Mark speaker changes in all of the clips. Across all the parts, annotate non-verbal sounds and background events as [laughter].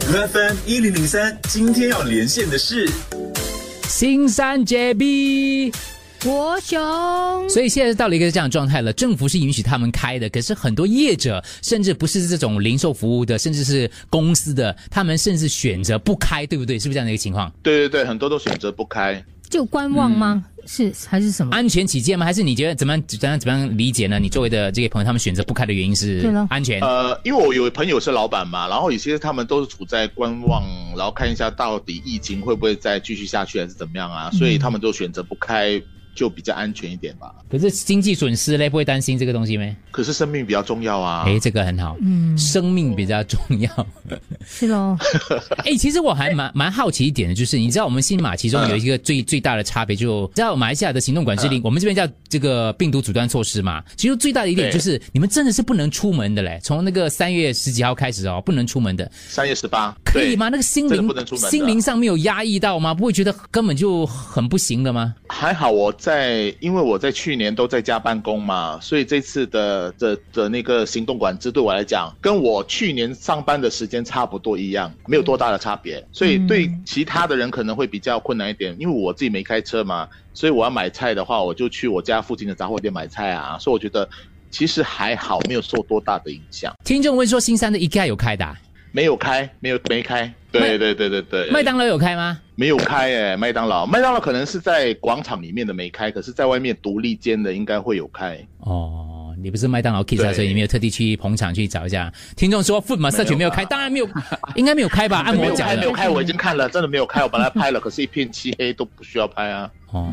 Speaker 1: FM 一零零三，今天要连线的是
Speaker 2: 新山 JB。
Speaker 3: 国雄，
Speaker 2: 所以现在到了一个这样的状态了，政府是允许他们开的，可是很多业者甚至不是这种零售服务的，甚至是公司的，他们甚至选择不开，对不对？是不是这样的一个情况？
Speaker 4: 对对对，很多都选择不
Speaker 2: 嗯
Speaker 4: 开。
Speaker 3: 就观望吗？是还是什么？
Speaker 2: 安全起见吗？还是你觉得怎么样怎么样怎么样理解呢？你周围的这些朋友他们选择不开的原因是
Speaker 3: 对咯
Speaker 2: 安全？
Speaker 4: 呃，因为我有朋友是老板嘛，然后有些他们都是处在观望，然后看一下到底疫情会不会再继续下去，还是怎么样
Speaker 2: 嗯
Speaker 4: 啊？所以他们都选择不开，就比较安全一点吧。
Speaker 2: 可是经济损失嘞，不会担心这个东西没？
Speaker 4: 可是生命比较重要啊。
Speaker 2: 诶，这个很好，
Speaker 3: 嗯，
Speaker 2: 生命比较重要。
Speaker 3: 是
Speaker 2: [laughs]
Speaker 3: 喽，
Speaker 2: 哎、其实我还蛮蛮好奇一点的，就是你知道我们新马其中
Speaker 4: 嗯
Speaker 2: 有一个最、最大的差别，就知道马来西亚的行动管制令，我们这边叫这个病毒阻断措施嘛。其实最大的一点
Speaker 4: 对
Speaker 2: 就是你们真的是不能出门的嘞，从那个三月十几号开始哦，不能出门的，
Speaker 4: 三月十八，
Speaker 2: 可以
Speaker 4: 对
Speaker 2: 吗？那个心
Speaker 4: 真的
Speaker 2: 灵
Speaker 4: 不能出门的
Speaker 2: 心灵上没有压抑到吗？不会觉得根本就很不行了吗？
Speaker 4: 还好我在，因为我在去年都在家办公嘛，所以这次的的的那个行动管制对我来讲，跟我去年上班的时间差不多一样，没有多大的差别。所以对其他的人可能会比较困难一点，因为我自己没开车嘛，所以我要买菜的话，我就去我家附近的杂货店买菜啊。所以我觉得其实还好，没有受多大的影响。
Speaker 2: 听众问说，新山的 IKEA 有开的啊、
Speaker 4: 没有开，没有没开。
Speaker 2: 麦
Speaker 4: 对对对对对，
Speaker 2: 麦当劳有开吗？
Speaker 4: 没有开诶、麦当劳，麦当劳可能是在广场里面的没开，可是在外面独立间的应该会有开。
Speaker 2: 哦，你不是麦当劳 kids 啊，
Speaker 4: 对
Speaker 2: 所以你没有特地去捧场去找一下。听众说 foot massage 有没有开，
Speaker 4: 没有吧
Speaker 2: 当然没有，应该没有开吧？按
Speaker 4: [laughs] 没
Speaker 2: 摩
Speaker 4: 有
Speaker 2: 脚
Speaker 4: 开，没
Speaker 2: 的
Speaker 4: 有。开，我已
Speaker 2: [laughs]
Speaker 4: 经看了，真的没有开，我把它拍了，可是一片漆黑都不需要拍啊。
Speaker 2: 哦，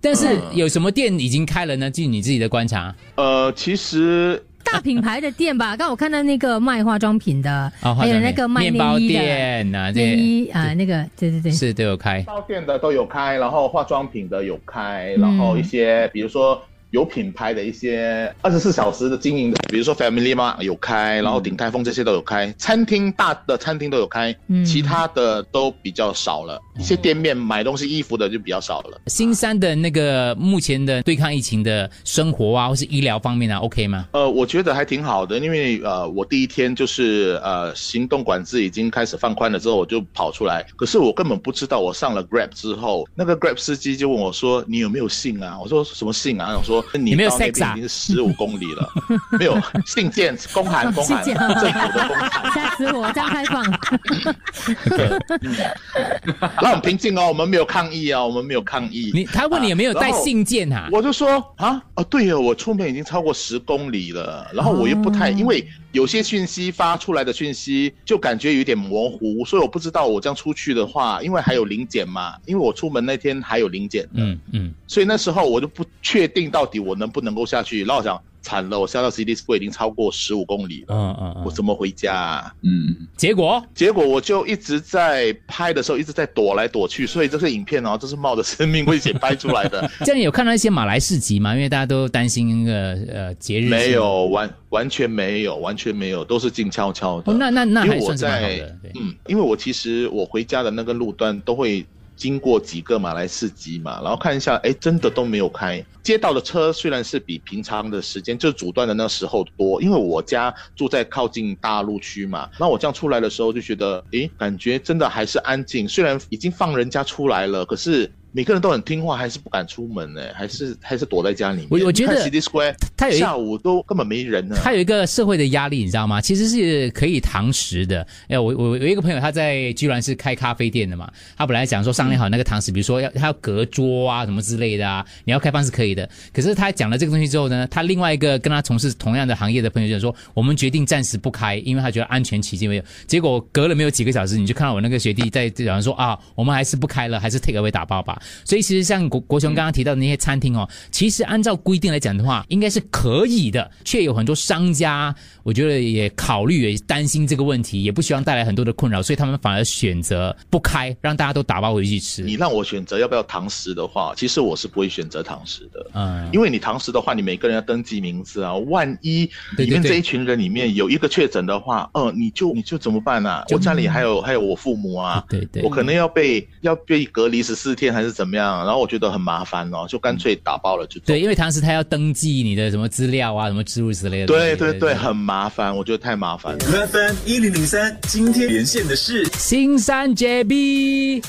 Speaker 2: 但是
Speaker 4: 嗯
Speaker 2: 有什么店已经开了呢？据你自己的观察，
Speaker 4: 呃，其实
Speaker 3: 大品牌的店吧。刚好我看到那个卖化妆品的，
Speaker 2: 啊，化妆
Speaker 3: 还有
Speaker 2: 品
Speaker 3: 那个卖
Speaker 2: 面包
Speaker 3: 内衣的，
Speaker 2: 店啊，
Speaker 3: 内
Speaker 2: 这
Speaker 3: 衣啊，那个对对对，
Speaker 2: 是都有开。
Speaker 4: 到店的都有开，然后化妆品的有开，然后一些、
Speaker 2: 嗯
Speaker 4: 比如说。有品牌的一些二十四小时的经营的，比如说 Family 嘛有开，然后鼎泰丰这些都有
Speaker 2: 嗯
Speaker 4: 开，餐厅大的餐厅都有开，
Speaker 3: 嗯
Speaker 4: 其他的都比较少了。一些店面买东西衣服的就比较少了。
Speaker 2: 新山的那个目前的对抗疫情的生活啊，或是医疗方面啊，OK 吗？
Speaker 4: 呃，我觉得还挺好的，因为呃，我第一天就是呃，行动管制已经开始放宽了之后，我就跑出来。可是我根本不知道，我上了 Grab 之后，那个 Grab 司机就问我说：“你有没有性啊？”我说：“什么性啊？”我说：“你
Speaker 2: 有没有
Speaker 4: 到那
Speaker 2: sex 啊
Speaker 4: 边已经十五公里了，
Speaker 2: [laughs]
Speaker 4: 没有信件，公函，公函，
Speaker 3: 信
Speaker 4: 政
Speaker 3: 件
Speaker 4: 府的公函。
Speaker 3: [laughs] 吓死我，这样开放，
Speaker 4: 然后很平静哦，我们没有抗议啊，我们没有抗议。
Speaker 2: 你他问你有没有带信件啊？
Speaker 4: 我就说啊哦，对哦，我出门已经超过十公里了，然后我又不
Speaker 2: 哦
Speaker 4: 太，因为有些讯息发出来的讯息就感觉有点模糊，所以我不知道我这样出去的话，因为还有零检嘛，因为我出门那天还有零检，
Speaker 2: 嗯嗯，
Speaker 4: 所以那时候我就不确定到底我能不能够下去。然后我想，惨了，我下到 City Square 已经超过十五公里了，
Speaker 2: 嗯嗯
Speaker 4: 我
Speaker 2: 嗯，
Speaker 4: 怎么回家、啊？
Speaker 1: 嗯，
Speaker 2: 结果
Speaker 4: 结果我就一直在拍的时候一直在躲来躲去，所以这些影片哦，这是冒着生命危险拍出来的，
Speaker 2: 这样有看到一些马来市集吗？因为大家都担心那个呃节日是
Speaker 4: 没有，完完全没有，完全没有，都是静悄悄的。
Speaker 2: 哦，那那那
Speaker 4: 因为
Speaker 2: 还
Speaker 4: 我
Speaker 2: 算是蛮好
Speaker 4: 在
Speaker 2: 的，对，
Speaker 4: 嗯，因为我其实我回家的那个路段都会经过几个马来市集嘛，然后看一下，哎，真的都没有开。街道的车虽然是比平常的时间，就是阻断的那时候多，因为我家住在靠近大陆区嘛，那我这样出来的时候就觉得，诶，感觉真的还是安静。虽然已经放人家出来了，可是。每个人都很听话，还是不敢出门呢、还是还是躲在家里面。
Speaker 2: 我我觉得
Speaker 4: 你看 City Square
Speaker 2: 它有一
Speaker 4: 下午都根本没人呢、
Speaker 2: 它有一个社会的压力，你知道吗？其实是可以堂食的。哎，我我我有一个朋友，他在居然是开咖啡店的嘛，他本来想说商量好那个堂食，比如说要他要隔桌啊什么之类的啊，你要开放是可以的。可是他讲了这个东西之后呢，他另外一个跟他从事同样的行业的朋友就说，我们决定暂时不开，因为他觉得安全起见没有。结果隔了没有几个小时，你就看到我那个学弟在讲说啊，我们还是不开了，还是 take away 打包吧。所以其实像国国雄刚刚提到的那些餐厅哦，其实按照规定来讲的话，应该是可以的，却有很多商家，我觉得也考虑也担心这个问题，也不希望带来很多的困扰，所以他们反而选择不开，让大家都打包回去吃
Speaker 4: 你。让我选择要不要堂食的话，其实我是不会选择堂食的，
Speaker 2: 嗯，
Speaker 4: 因为你堂食的话，你每个人要登记名字啊，万一
Speaker 2: 对对
Speaker 4: 里面
Speaker 2: 对
Speaker 4: 这一群人里面有一个确诊的话，呃，你就你就怎么办啊？
Speaker 2: 就
Speaker 4: 我家里还有还有我父母啊，
Speaker 2: 对对
Speaker 4: 我可能要被要被隔离十四天还是是怎么样，啊然后我觉得很麻烦哦，就干脆打包了就走。
Speaker 2: 对，因为当时他要登记你的什么资料啊，什么之如此类的东西。
Speaker 4: 对对对，很麻烦，我觉得太麻烦了。
Speaker 1: FM 一零零三，今天连线的是
Speaker 2: 新山 JB。